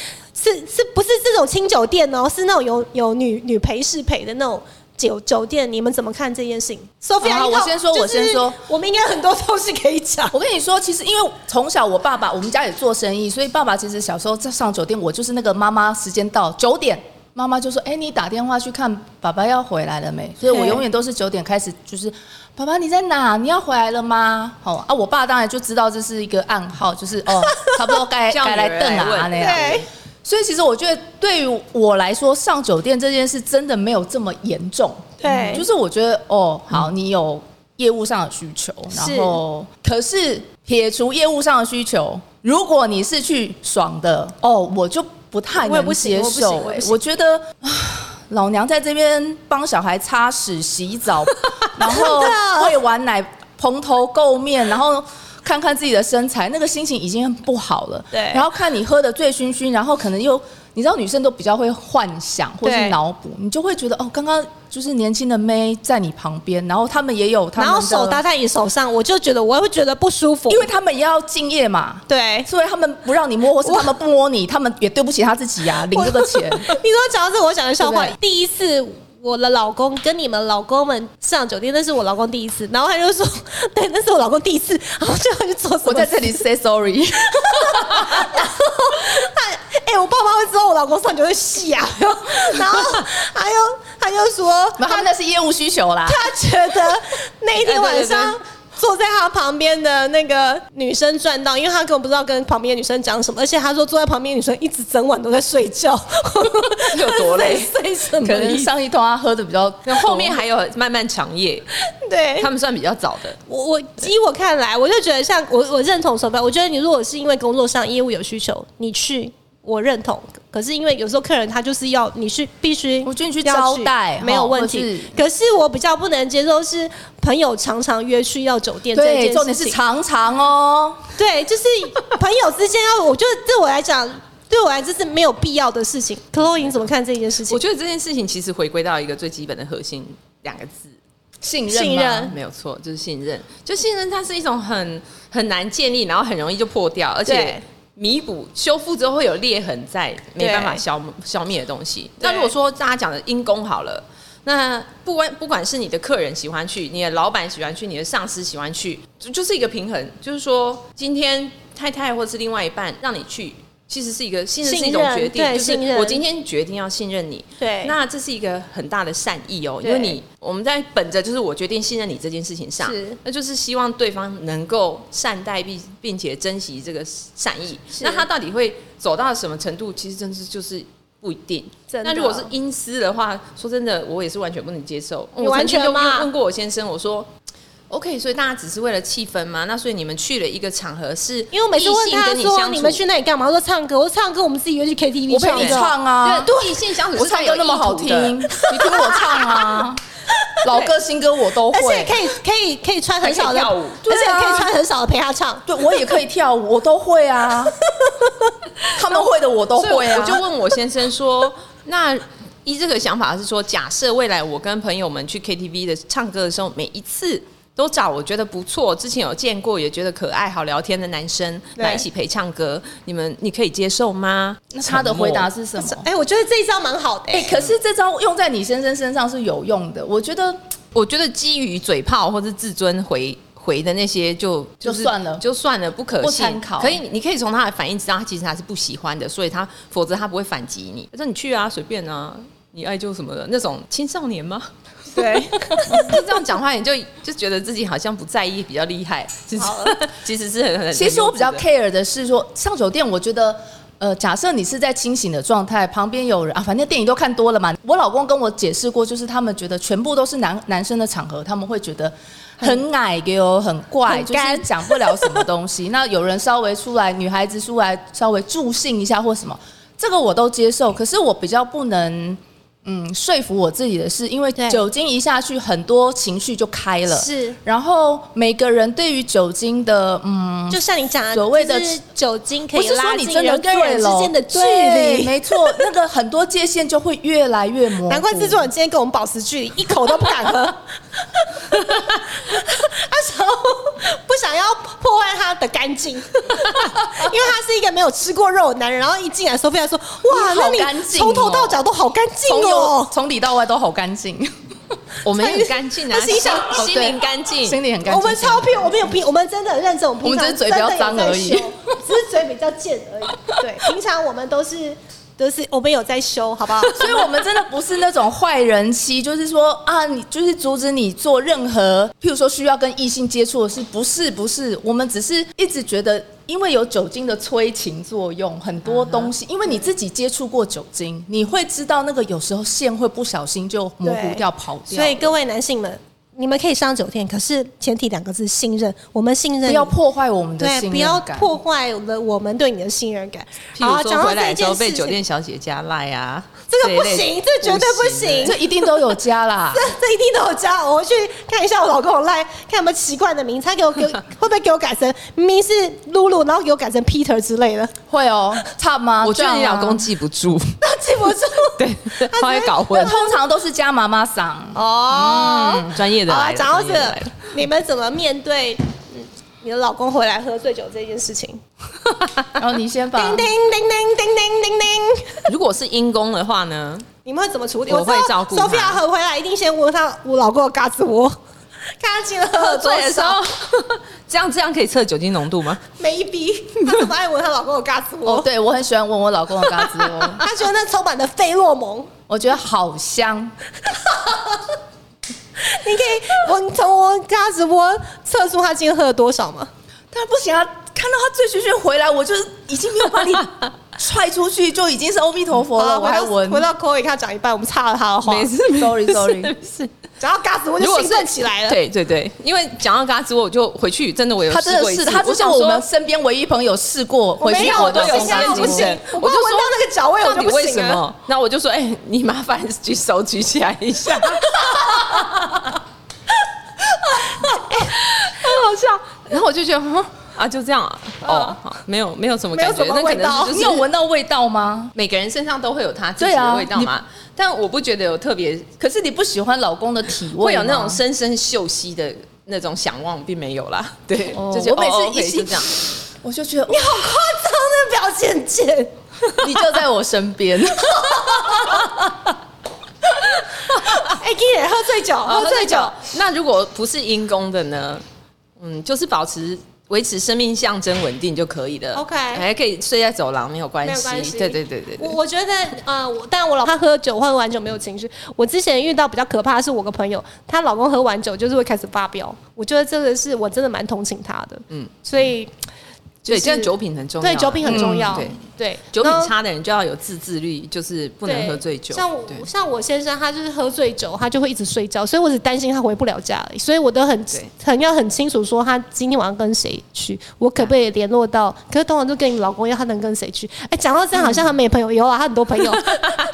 Speaker 5: 是是不是这种清酒店哦？是那种有有女女陪侍陪的那种。酒酒店，你们怎么看这件事情？Sophia，
Speaker 4: 好
Speaker 5: 你
Speaker 4: 我先说
Speaker 5: 就是
Speaker 4: 我先说
Speaker 5: 我们应该很多东西可以 讲。
Speaker 4: 我跟你说，其实因为从小我爸爸，我们家也做生意，所以爸爸其实小时候在上酒店，我就是那个妈妈时间到九点，妈妈就说：“哎、你打电话去看爸爸要回来了没？”所以我
Speaker 5: 对
Speaker 4: 永远都是九点开始，就是爸爸你在哪？你要回来了吗？哦啊，我爸当然就知道这是一个暗号，就是哦，差不多 该
Speaker 3: 叫女儿
Speaker 4: 该来
Speaker 3: 来
Speaker 4: 瞪啊
Speaker 3: 问
Speaker 4: 那样。所以其实我觉得对于我来说，上酒店这件事真的没有这么严重。
Speaker 5: 对
Speaker 4: 就是我觉得哦，好，你有业务上的需求，然后可是撇除业务上的需求，如果你是去爽的，哦，我就不太
Speaker 3: 我也
Speaker 4: 能
Speaker 3: 不行
Speaker 4: 接
Speaker 3: 我不行
Speaker 4: 受、
Speaker 3: 我也
Speaker 4: 哎
Speaker 3: 不行
Speaker 4: 我觉得。啊老娘在这边帮小孩擦屎、洗澡， 然后喂完奶、蓬头垢面，然后看看自己的身材，那个心情已经很不好了。
Speaker 5: 对
Speaker 4: 然后看你喝的醉醺醺，然后可能又你知道女生都比较会幻想或是
Speaker 5: 对
Speaker 4: 脑补，你就会觉得哦，刚刚就是年轻的妹在你旁边，然后他们也有他
Speaker 5: 然
Speaker 4: 们的，
Speaker 5: 后手搭在你手上，我就觉得我会觉得不舒服，
Speaker 4: 因为他们也要敬业嘛。
Speaker 5: 对。
Speaker 4: 所以他们不让你摸，或是他们不摸你，他们也对不起他自己啊，领这个 钱。
Speaker 5: 你说讲到这个，我想个笑话
Speaker 4: 对不。
Speaker 5: 第一次我的老公跟你们老公们上酒店，那是我老公第一次，然后他就说， 对，那是我老公第一次，然后就他去做什么？
Speaker 4: 我在这里 say sorry，
Speaker 5: 他，哎、我爸妈会知道我老公上酒店吓， 然后他又他就说，
Speaker 4: 然后他们那是业务需 求啦。
Speaker 5: 他觉得那一天晚
Speaker 4: 哎
Speaker 5: 上坐在他旁边的那个女生赚到，因为他根本不知道跟旁边的女生讲什么，而且他说坐在旁边的女生一直整晚都在睡觉，
Speaker 3: 有多累
Speaker 5: 睡什么
Speaker 4: 可能
Speaker 5: 意思？
Speaker 4: 上一通他喝的比较
Speaker 3: 那后面还有漫漫长夜，
Speaker 5: 对
Speaker 3: 他，们算比较早的。
Speaker 5: 我我依我看来，我就觉得像我我认同手办，我觉得你如果是因为工作上业务有需求，你去。我认同，可是因为有时候客人他就是要你去必须，
Speaker 4: 我觉得你去招待
Speaker 5: 没有
Speaker 4: 哈
Speaker 5: 问
Speaker 4: 或
Speaker 5: 题
Speaker 4: 是。
Speaker 5: 可是我比较不能接受是朋友常常约去要酒店这件事
Speaker 4: 对，
Speaker 5: 情，
Speaker 4: 重点是常常哦。
Speaker 5: 对，就是朋友之间要，我觉得对我来讲，对我来这是没有必要的事情。克洛伊，你怎么看这件事情
Speaker 3: 我？觉得这件事情其实回归到一个最基本的核心，两个字，
Speaker 4: 信任，
Speaker 5: 任吗信任
Speaker 3: 没有错，就是信任。就信任，它是一种很很难建立，然后很容易就破掉，而且
Speaker 5: 对
Speaker 3: 弥补修复之后会有裂痕在，没
Speaker 5: 对
Speaker 3: 办法消消灭的东西。
Speaker 5: 对
Speaker 3: 那如果说大家讲的因公好了，那不管不管是你的客人喜欢去，你的老板喜欢去，你的上司喜欢去，就就是一个平衡。就是说，今天太太或是另外一半让你去。其实是一个信任是一种
Speaker 5: 信任
Speaker 3: 决定，
Speaker 5: 对
Speaker 3: 就是
Speaker 5: 信任
Speaker 3: 我今天决定要信任你，
Speaker 5: 对
Speaker 3: 那这是一个很大的善意哦，因
Speaker 5: 对
Speaker 3: 为你我们在本着就是我决定信任你这件事情上
Speaker 5: 是，
Speaker 3: 那就是希望对方能够善待并并且珍惜这个善意。
Speaker 5: 是
Speaker 3: 那他到底会走到什么程度，其实真是就是。不一定。
Speaker 5: 真的
Speaker 3: 那如果是阴私的话，说真的，我也是完全不能接受。
Speaker 5: 你
Speaker 3: 我
Speaker 5: 完全
Speaker 3: 曾经就
Speaker 5: 吗
Speaker 3: 问过我先生，我说：“OK，所以大家只是为了气氛吗？那所以你们去了一个场合是
Speaker 5: 因为我每次问
Speaker 3: 异性
Speaker 5: 他
Speaker 3: 跟你
Speaker 5: 说
Speaker 3: 相
Speaker 5: 你
Speaker 3: 处
Speaker 5: 们去那里干嘛？他说唱歌。我说唱歌，我们自己约去 KTV
Speaker 4: 我陪
Speaker 5: 唱
Speaker 4: 你
Speaker 5: 歌。
Speaker 4: 唱啊，
Speaker 3: 对异性相处
Speaker 4: 我
Speaker 3: 是带
Speaker 4: 唱
Speaker 3: 有
Speaker 4: 歌那么
Speaker 3: 意图
Speaker 4: 好听，
Speaker 3: 的
Speaker 4: 你听我唱啊， 老歌新歌我都
Speaker 5: 而且
Speaker 4: 会，
Speaker 5: 可以可以可以穿很少的，
Speaker 3: 还可以跳舞
Speaker 5: 而且可以穿很少的陪他唱。
Speaker 4: 对我也可以跳舞，我都会啊， 他们会的我都
Speaker 3: 所以我
Speaker 4: 会啊，
Speaker 3: 我就问我先生说，那依这个想法是说，假设未来我跟朋友们去 KTV 的唱歌的时候，每一次。都找我觉得不错，之前有见过也觉得可爱、好聊天的男生
Speaker 5: 对
Speaker 3: 来一起陪唱歌，你们你可以接受吗？
Speaker 4: 那他的回答是什么？
Speaker 5: 哎、我觉得这一招蛮好的、
Speaker 4: 哎、可是这招用在你先生身上是有用的，我觉得
Speaker 3: 我觉得基于嘴炮或是自尊回回的那些就
Speaker 4: 就是算了
Speaker 3: 就算了，不可
Speaker 4: 不
Speaker 3: 信
Speaker 4: 参考
Speaker 3: 可以，你可以从他的反应知道他其实他是不喜欢的，所以他否则他不会反击你。他说你去啊，随便啊，你爱就什么的那种青少年吗？
Speaker 5: 对，
Speaker 3: 就 这样讲话，你就就觉得自己好像不在意，比较厉害。其实
Speaker 5: 好了
Speaker 3: 其实是很很。
Speaker 4: 其实我比较
Speaker 3: 很幼稚的
Speaker 4: care 的是说，上酒店，我觉得。呃，假设你是在清醒的状态，旁边有人啊，反正电影都看多了嘛。我老公跟我解释过，就是他们觉得全部都是男男生的场合，他们会觉得很矮给我很怪，
Speaker 5: 很
Speaker 4: 就是
Speaker 5: 干
Speaker 4: 讲不了什么东西。那有人稍微出来，女孩子出来稍微助兴一下或什么，这个我都接受。可是我比较不能嗯说服我自己的是，因为
Speaker 5: 对
Speaker 4: 酒精一下去，很多情绪就开了。
Speaker 5: 是
Speaker 4: 然后每个人对于酒精的嗯，
Speaker 5: 就像你讲的，
Speaker 4: 所谓的
Speaker 5: 就是酒精可
Speaker 4: 不
Speaker 5: 以
Speaker 4: 是说
Speaker 5: 拉
Speaker 4: 你
Speaker 5: 近
Speaker 4: 真的
Speaker 5: 人跟
Speaker 4: 对
Speaker 5: 人之
Speaker 4: 了
Speaker 5: 间的距
Speaker 4: 对
Speaker 5: 离。
Speaker 4: 没 错，那个很多界限就会越来越模糊。
Speaker 5: 难怪制作人今天跟我们保持距离，一口都不敢 喝。他想要不想要破坏他的干干净，因为他是一个没有吃过肉的男人。然后一进来，索菲亚说：“哇，
Speaker 4: 你好
Speaker 5: 那你
Speaker 4: 干净哦
Speaker 5: 从头到脚都好干净
Speaker 4: 从
Speaker 5: 哦
Speaker 4: 由。从里到外都好干 净，
Speaker 3: 我们也很干净啊，
Speaker 5: 但是一
Speaker 3: 心
Speaker 5: 想
Speaker 4: 哦
Speaker 3: 心
Speaker 4: 对
Speaker 3: 灵干净，
Speaker 4: 心里很干净。
Speaker 5: 我们超平，我们有平，我们真的很认真，我们平
Speaker 4: 我们
Speaker 5: 常
Speaker 4: 只是嘴比较
Speaker 5: 真的有
Speaker 4: 脏而已
Speaker 5: 在修，只是嘴比较贱而已。对，平常我们都是都是我们有在修，好不好？
Speaker 4: 所以我们真的不是那种坏人妻，就是说啊，你就是阻止你做任何，譬如说需要跟异性接触的事，不是不是，我们只是一直觉得。因为有酒精的催情作用，很多
Speaker 5: 嗯
Speaker 4: 东西，因为你自己接触过酒精，你会知道那个有时候线会不小心就模糊掉、
Speaker 5: 对
Speaker 4: 跑掉，
Speaker 5: 所以各位男性们，你们可以上九天，可是前提两个字信任，我们信任
Speaker 4: 不
Speaker 5: 你
Speaker 4: 要破坏我们的
Speaker 5: 对，
Speaker 4: 信
Speaker 5: 不
Speaker 4: 任
Speaker 5: 要
Speaker 4: 感
Speaker 5: 破坏了我们对你的信任感。
Speaker 3: 譬
Speaker 5: 好，
Speaker 3: 如
Speaker 5: 哦讲
Speaker 3: 说
Speaker 5: 到
Speaker 3: 回
Speaker 5: 这
Speaker 3: 来
Speaker 5: 一
Speaker 3: 的时候
Speaker 5: 件事
Speaker 3: 被酒
Speaker 5: 情
Speaker 3: 店，小姐加赖啊，
Speaker 5: 这个
Speaker 3: 一
Speaker 5: 不
Speaker 3: 类
Speaker 5: 行，这绝对不行，
Speaker 4: 这一定都有加 啦。
Speaker 5: 这这一定都有加。我回去看一下我老公的赖，看有没有奇怪的名字，他给我给我会不会给我改成明明是露露，然后给我改成 Peter 之类的，
Speaker 4: 会哦，差吗？
Speaker 3: 我觉得你
Speaker 4: 这样
Speaker 3: 老
Speaker 4: 啊
Speaker 3: 公记不住，
Speaker 5: 都记不住。
Speaker 3: 对，他会搞
Speaker 4: 没
Speaker 3: 混。
Speaker 4: 有通常都是加妈妈嗓，
Speaker 5: 哦，
Speaker 3: 嗯专业的
Speaker 5: 好
Speaker 3: 来
Speaker 5: 啊，
Speaker 3: 了，
Speaker 5: 讲到
Speaker 3: 专
Speaker 5: 这
Speaker 3: 业的
Speaker 5: 个
Speaker 3: 来了，
Speaker 5: 你们怎么面对嗯你的老公回来喝醉酒这件事情？
Speaker 4: 然后你
Speaker 3: 啊
Speaker 4: 先把
Speaker 5: 叮叮叮叮叮叮叮叮。
Speaker 3: 如果是阴公的话呢，
Speaker 5: 你们会怎么处理？
Speaker 3: 我会照顾他
Speaker 5: s o p 和回来一定先闻他我老公的嘎子 窝，看他进了喝
Speaker 3: 喝
Speaker 5: 多
Speaker 3: 醉的时
Speaker 5: 少
Speaker 3: 候， 这样这样可以测酒精浓度吗？
Speaker 5: ，maybe 她怎么爱闻她老公的嘎子窝？
Speaker 4: 哦，对我很喜欢闻我老公的嘎子哦，
Speaker 5: 她觉得那充满了费洛蒙。
Speaker 4: 我觉得好香。
Speaker 5: 你可以闻从我嘎子窝测出他今天喝了多少吗？
Speaker 4: 但不行啊，看到他醉醺醺回来，我就已经没有把你踹出去，就已经是阿弥陀佛了，
Speaker 5: 好
Speaker 4: 我
Speaker 5: 啦
Speaker 4: 还
Speaker 5: 回到
Speaker 4: 闻
Speaker 5: 回。到 c o 他讲一半，我们岔了他的话，
Speaker 3: 没事
Speaker 4: Sorry Sorry，
Speaker 3: 是，
Speaker 5: 讲到嘎子窝
Speaker 3: 如
Speaker 5: 就
Speaker 3: 果
Speaker 5: 兴奋起来了。
Speaker 3: 对对对，因为讲到嘎吱窝，我就回去，真的我有
Speaker 4: 他真
Speaker 3: 试
Speaker 4: 的
Speaker 3: 过一
Speaker 4: 是，
Speaker 3: 次，
Speaker 4: 他就是
Speaker 3: 想
Speaker 4: 我
Speaker 3: 说
Speaker 4: 们身边唯一朋友试过回
Speaker 5: 没
Speaker 4: 去
Speaker 5: 有，我
Speaker 4: 闻
Speaker 5: 都
Speaker 4: 到
Speaker 5: 有
Speaker 4: 这种
Speaker 5: 现在
Speaker 4: 嘎
Speaker 5: 我
Speaker 4: 子
Speaker 5: 不 行
Speaker 4: 窝。，
Speaker 5: 我光闻到那个脚味我
Speaker 3: 到
Speaker 5: 就
Speaker 3: 底
Speaker 5: 哎不啊
Speaker 3: 为
Speaker 5: 行
Speaker 3: 什
Speaker 5: 了。
Speaker 3: 么？那我就说，哎、你麻烦举手举起来一 下。好好笑，然后我就觉得，嗯啊，就这样啊，哦，好没有没有什么
Speaker 5: 嗯没有
Speaker 3: 感觉，
Speaker 5: 什么
Speaker 3: 那可
Speaker 5: 味道
Speaker 3: 能就是
Speaker 4: 你有闻到味道吗？
Speaker 3: 每个人身上都会有他自己
Speaker 4: 对啊
Speaker 3: 的味道嘛，但我不觉得有特别，
Speaker 4: 可是你不喜欢老公的体味吗，
Speaker 3: 会有那种深深嗅息的那种想望，并没有啦。对，
Speaker 4: 哦
Speaker 3: 就觉得
Speaker 4: 我每次
Speaker 3: 哦，OK，
Speaker 4: 一吸
Speaker 3: 就这样，
Speaker 4: 我就觉得
Speaker 5: 你好夸张的表情， 姐。
Speaker 4: 你就在我身边。
Speaker 5: 哎，给你喝醉酒，喝醉酒，。
Speaker 3: 那如果不是因公的呢？嗯，就是保持维持生命象征稳定就可以了。
Speaker 5: OK
Speaker 3: 还可以睡在走廊，没有关
Speaker 5: 没有
Speaker 3: 系。
Speaker 5: 关系
Speaker 3: 对对对对
Speaker 5: 我
Speaker 3: 对。
Speaker 5: 我觉得，呃，我但我老他喝酒喝完酒没有情绪。我之前遇到比较可怕的是我个朋友，她老公喝完酒就是会开始发飙。我觉得这个是我真的蛮同情她的，嗯
Speaker 3: 嗯，
Speaker 5: 所以就
Speaker 3: 对，
Speaker 5: 是
Speaker 3: 这样酒品很重要。
Speaker 5: 对酒品很重要，
Speaker 3: 嗯对
Speaker 5: 对
Speaker 3: 酒品
Speaker 5: 然后
Speaker 3: 差的人就要有自制力，就是不能
Speaker 5: 嗯对
Speaker 3: 喝醉酒。
Speaker 5: 像我
Speaker 3: 对
Speaker 5: 像我先生，他就是喝醉酒，他就会一直睡觉，所以我只担心他回不了家而已，所以我都很
Speaker 3: 对
Speaker 5: 很要很清楚说他今天晚上跟谁去，我可不可以联络到？可是通常都跟你老公要他能跟谁去。哎、讲到这样，好像他没朋友，有啊，他很多朋
Speaker 3: 嗯
Speaker 5: 友。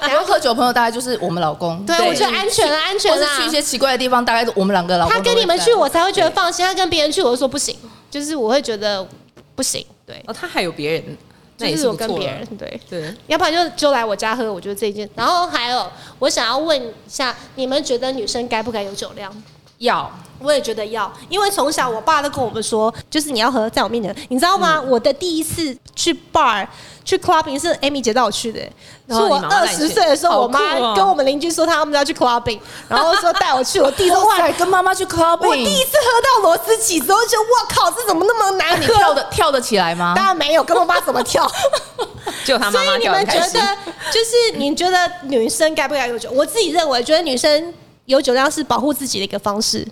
Speaker 4: 然后喝酒的朋友大概就是我们老公，
Speaker 5: 对，
Speaker 3: 对
Speaker 5: 我觉得安全啊，安全
Speaker 4: 或是去一
Speaker 5: 啊。
Speaker 4: 些奇怪的地方，大概我们两个老公
Speaker 5: 他
Speaker 4: 都会
Speaker 5: 跟你们
Speaker 4: 在
Speaker 5: 去，我才会觉得放心。他跟别人去，我就说不行，就是我会觉得不行。对，
Speaker 3: 哦，他还有别人，那
Speaker 5: 就
Speaker 3: 也
Speaker 5: 是我
Speaker 3: 不错
Speaker 5: 跟
Speaker 3: 了
Speaker 5: 别人。对。
Speaker 3: 对。
Speaker 5: 要不然就就来我家喝，我觉得这一件。然后还有，我想要问一下，你们觉得女生该不该有酒量？
Speaker 4: 要
Speaker 5: 我也觉得要，因为从小我爸都跟我们说，就是你要喝，在我面前，你知道
Speaker 3: 嗯
Speaker 5: 吗？我的第一次去 bar 去 clubbing 是 Amy 姐带我去的、
Speaker 3: 然
Speaker 5: 是
Speaker 3: 后
Speaker 5: 我
Speaker 3: 你妈妈
Speaker 5: 二
Speaker 3: 带你去
Speaker 5: 十岁的时候，我妈
Speaker 3: 好酷哦
Speaker 5: 跟我们邻居说，他们要去 clubbing，然后说带我去，我 第一次
Speaker 4: 哇
Speaker 5: 哇
Speaker 4: 塞，跟妈妈去 clubbing，
Speaker 5: 我第一次喝到螺丝起子，我就觉得哇靠，这怎么那么难
Speaker 4: 你
Speaker 5: 喝？
Speaker 4: 跳的跳得起来吗？
Speaker 5: 当然没有，跟我妈怎么跳？
Speaker 3: 就他妈
Speaker 5: 所
Speaker 3: 妈
Speaker 5: 以你
Speaker 3: 掉
Speaker 5: 们
Speaker 3: 很
Speaker 5: 觉
Speaker 3: 开心。
Speaker 5: 得，就是你觉得女生该不该有酒？我自己认为，觉得女生有酒量是保护自己的一个方式。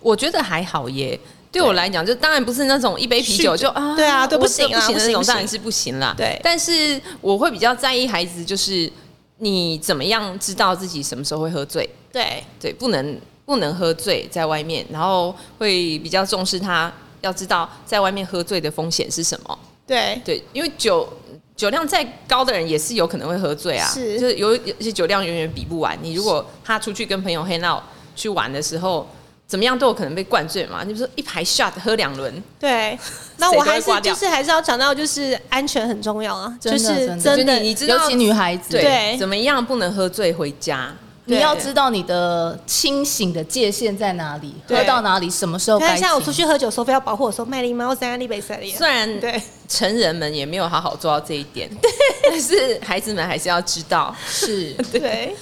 Speaker 3: 我觉得还好耶。对我来讲，就当然不是那种一杯啤酒
Speaker 5: 酗酒
Speaker 3: 就啊，
Speaker 5: 对啊对
Speaker 3: 我
Speaker 5: 不行啊
Speaker 3: 不行
Speaker 5: 不
Speaker 3: 的
Speaker 5: 行
Speaker 3: 那种，
Speaker 5: 不行
Speaker 3: 当然是不行啦。
Speaker 5: 对
Speaker 3: 但是我会比较在意孩子，就是你怎么样知道自己什么时候会喝醉，
Speaker 5: 对，
Speaker 3: 对，不能不能喝醉在外面，然后会比较重视他要知道在外面喝醉的风险是什么。
Speaker 5: 对，
Speaker 3: 对，因为酒酒量再高的人也是有可能会喝醉啊，
Speaker 5: 是
Speaker 3: 就是有有些酒量远远比不完。你如果他出去跟朋友黑闹去玩的时候，怎么样都有可能被灌醉嘛。你比如说一排 shot 喝两轮，
Speaker 5: 对。那
Speaker 3: 谁
Speaker 5: 我
Speaker 3: 都会
Speaker 5: 还是
Speaker 3: 挂掉
Speaker 5: 就是还是要强调，就是安全很重要啊，
Speaker 4: 真
Speaker 5: 就
Speaker 4: 的
Speaker 5: 是
Speaker 4: 真的
Speaker 5: 真
Speaker 3: 就
Speaker 5: 的
Speaker 3: 是你你知
Speaker 4: 尤
Speaker 3: 道
Speaker 4: 其女孩子，
Speaker 5: 对
Speaker 3: 怎么样不能喝醉回家？
Speaker 4: 你
Speaker 3: 对
Speaker 4: 要知道你的清醒的界限在哪里，
Speaker 3: 对
Speaker 4: 喝到哪里，什么时候
Speaker 5: 看
Speaker 4: 该
Speaker 5: 一下，我
Speaker 4: 停
Speaker 5: 出去喝酒的时候，非要保护我说麦丽猫在丽北塞里。
Speaker 3: 虽然
Speaker 5: 对
Speaker 3: 成人们也没有好好做到这一点，但是孩子们还是要知道。
Speaker 4: 是
Speaker 5: 对，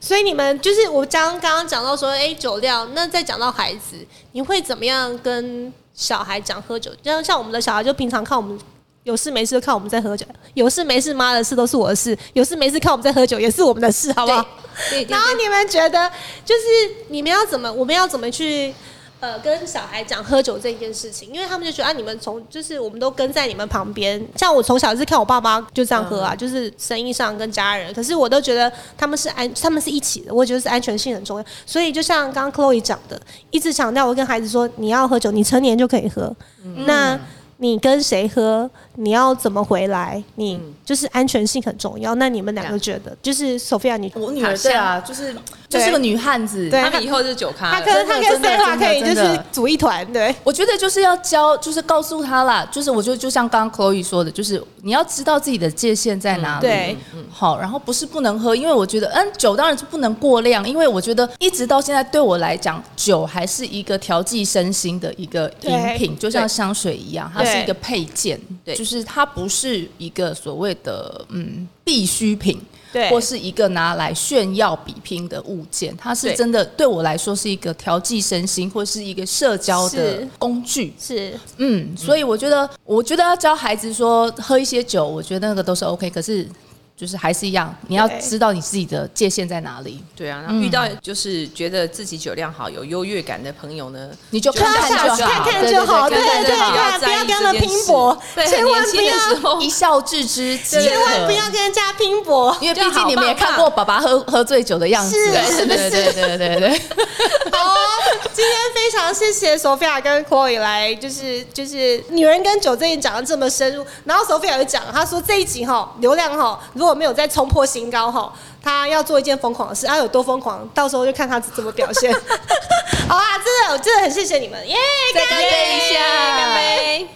Speaker 5: 所以你们就是我刚刚刚讲到说，哎、酒量，那再讲到孩子，你会怎么样跟小孩讲喝酒？像像我们的小孩，就平常看我们。有事没事就看我们在喝酒，有事没事妈的事都是我的事，有事没事看我们在喝酒也是我们的事，好不好？
Speaker 3: 对，
Speaker 5: 然后你们觉得，就是你们要怎么，我们要怎么去，呃，跟小孩讲喝酒这件事情，因为他们就觉得啊，你们从就是我们都跟在你们旁边，像我从小是看我爸妈就这样喝啊，就是生意上跟家人，可是我都觉得他们是安，他们是一起的，我觉得是安全性很重要，所以就像刚刚 Chloe 讲的，一直强调我跟孩子说，你要喝酒，你成年就可以喝，那。你跟谁喝？你要怎么回来？你就是安全性很重要。那你们两个觉得，就是 Sophia，你
Speaker 4: 我女儿对啊，就是就是个女汉子，
Speaker 5: 对
Speaker 3: 他们以后就是酒咖
Speaker 5: 他
Speaker 3: 了
Speaker 5: 跟
Speaker 4: 真的
Speaker 5: 他跟
Speaker 4: 真的
Speaker 5: C 话
Speaker 4: 真的
Speaker 5: 可以就
Speaker 4: 真的
Speaker 5: 是组一团，对，
Speaker 4: 我觉得就是要教，就是告诉他啦，就是我觉得就像刚刚 Chloe 说的，就是你要知道自己的界限在哪里。
Speaker 5: 嗯对
Speaker 4: 嗯好，然后不是不能喝，因为我觉得，嗯，酒当然是不能过量，因为我觉得一直到现在对我来讲，酒还是一个调剂身心的一个饮品，就像香水一样，它
Speaker 5: 对
Speaker 4: 是一个配件，
Speaker 3: 对
Speaker 4: 就是它不是一个所谓的嗯必需品。
Speaker 5: 对
Speaker 4: 或是一个拿来炫耀比拼的物件，它是
Speaker 3: 对
Speaker 4: 真的对我来说是一个调剂身心或是一个社交的
Speaker 5: 是
Speaker 4: 工具。
Speaker 5: 是
Speaker 4: 嗯，所以我觉得，我觉得要教孩子说喝一些酒，我觉得那个都是 OK。可是就是还是一样，你要
Speaker 5: 对
Speaker 4: 知道你自己的界限在哪里，
Speaker 3: 对啊，然后遇到就是觉得自己酒量好、有优越感的朋友呢，
Speaker 4: 你就
Speaker 3: 就
Speaker 4: 看
Speaker 3: 看
Speaker 4: 看
Speaker 3: 小
Speaker 4: 就好，
Speaker 5: 看
Speaker 4: 对
Speaker 5: 就好，对
Speaker 4: 对
Speaker 5: 对
Speaker 4: 看
Speaker 5: 对，
Speaker 4: 就
Speaker 5: 不
Speaker 4: 好
Speaker 5: 要
Speaker 3: 看
Speaker 5: 不要跟他拼搏，
Speaker 3: 对，
Speaker 5: 千
Speaker 3: 很
Speaker 5: 万
Speaker 3: 年
Speaker 5: 不
Speaker 3: 轻的时
Speaker 5: 要，
Speaker 3: 候
Speaker 4: 一笑置之即可。
Speaker 5: 千万不要跟人家拼搏。
Speaker 4: 因为毕
Speaker 3: 这样
Speaker 4: 竟
Speaker 3: 好
Speaker 4: 你们也
Speaker 3: 棒棒
Speaker 4: 看过爸爸喝喝醉酒的样子，
Speaker 5: 是
Speaker 4: 对对对对对对。
Speaker 5: 好哦，今天非常谢谢 Sophia 跟 Chloe 来，就是就是女人跟酒这一讲的这么深入。然后 Sophia 有讲，她说这一集哈流量哈如果没有再冲破新高哈，她要做一件疯狂的事，她有多疯狂，到时候就看她怎么表现。好啊，真的我真的很谢谢你们，耶！
Speaker 3: 再干杯一下，
Speaker 5: 干杯。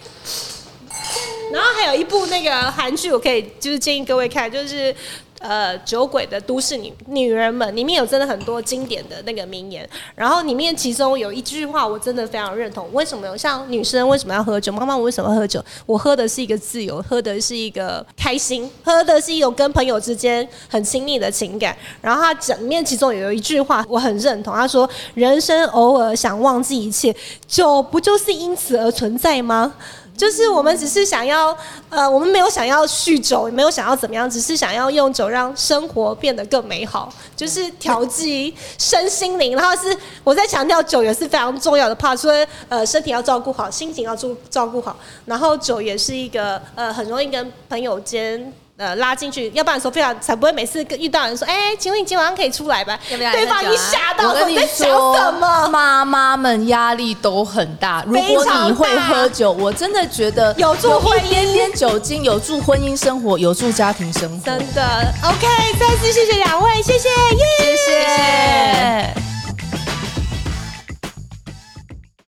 Speaker 5: 然后还有一部那个韩剧，我可以就是建议各位看，就是呃《酒鬼的都市女女人们》，里面有真的很多经典的那个名言。然后里面其中有一句话，我真的非常认同。为什么有像女生为什么要喝酒？妈妈，我为什么要喝酒？我喝的是一个自由，喝的是一个开心，喝的是一种跟朋友之间很亲密的情感。然后他讲里面其中有一句话，我很认同。他说：“人生偶尔想忘记一切，酒不就是因此而存在吗？”就是我们只是想要，呃，我们没有想要酗酒，也没有想要怎么样，只是想要用酒让生活变得更美好，就是调剂身心灵。然后是我在强调，酒也是非常重要的 part，除了呃身体要照顾好，心情要照照顾好，然后酒也是一个呃很容易跟朋友间。呃，拉进去，要不然说非常才不会每次跟遇到人说，哎、请问你今晚上可以出来吧？
Speaker 3: 要不要来
Speaker 5: 对
Speaker 3: 喝
Speaker 5: 方
Speaker 3: 酒啊
Speaker 5: 一吓到，
Speaker 4: 我跟你
Speaker 5: 在想
Speaker 4: 说
Speaker 5: 什么？
Speaker 4: 妈妈们压力都很大。如
Speaker 5: 非
Speaker 4: 果
Speaker 5: 常
Speaker 4: 你会
Speaker 5: 大
Speaker 4: 喝酒，我真的觉得
Speaker 5: 有助婚
Speaker 4: 一点点酒精，有助婚姻生活，有助家庭生活。
Speaker 5: 真的，OK，再次谢谢两位，谢谢，耶、
Speaker 4: 谢谢。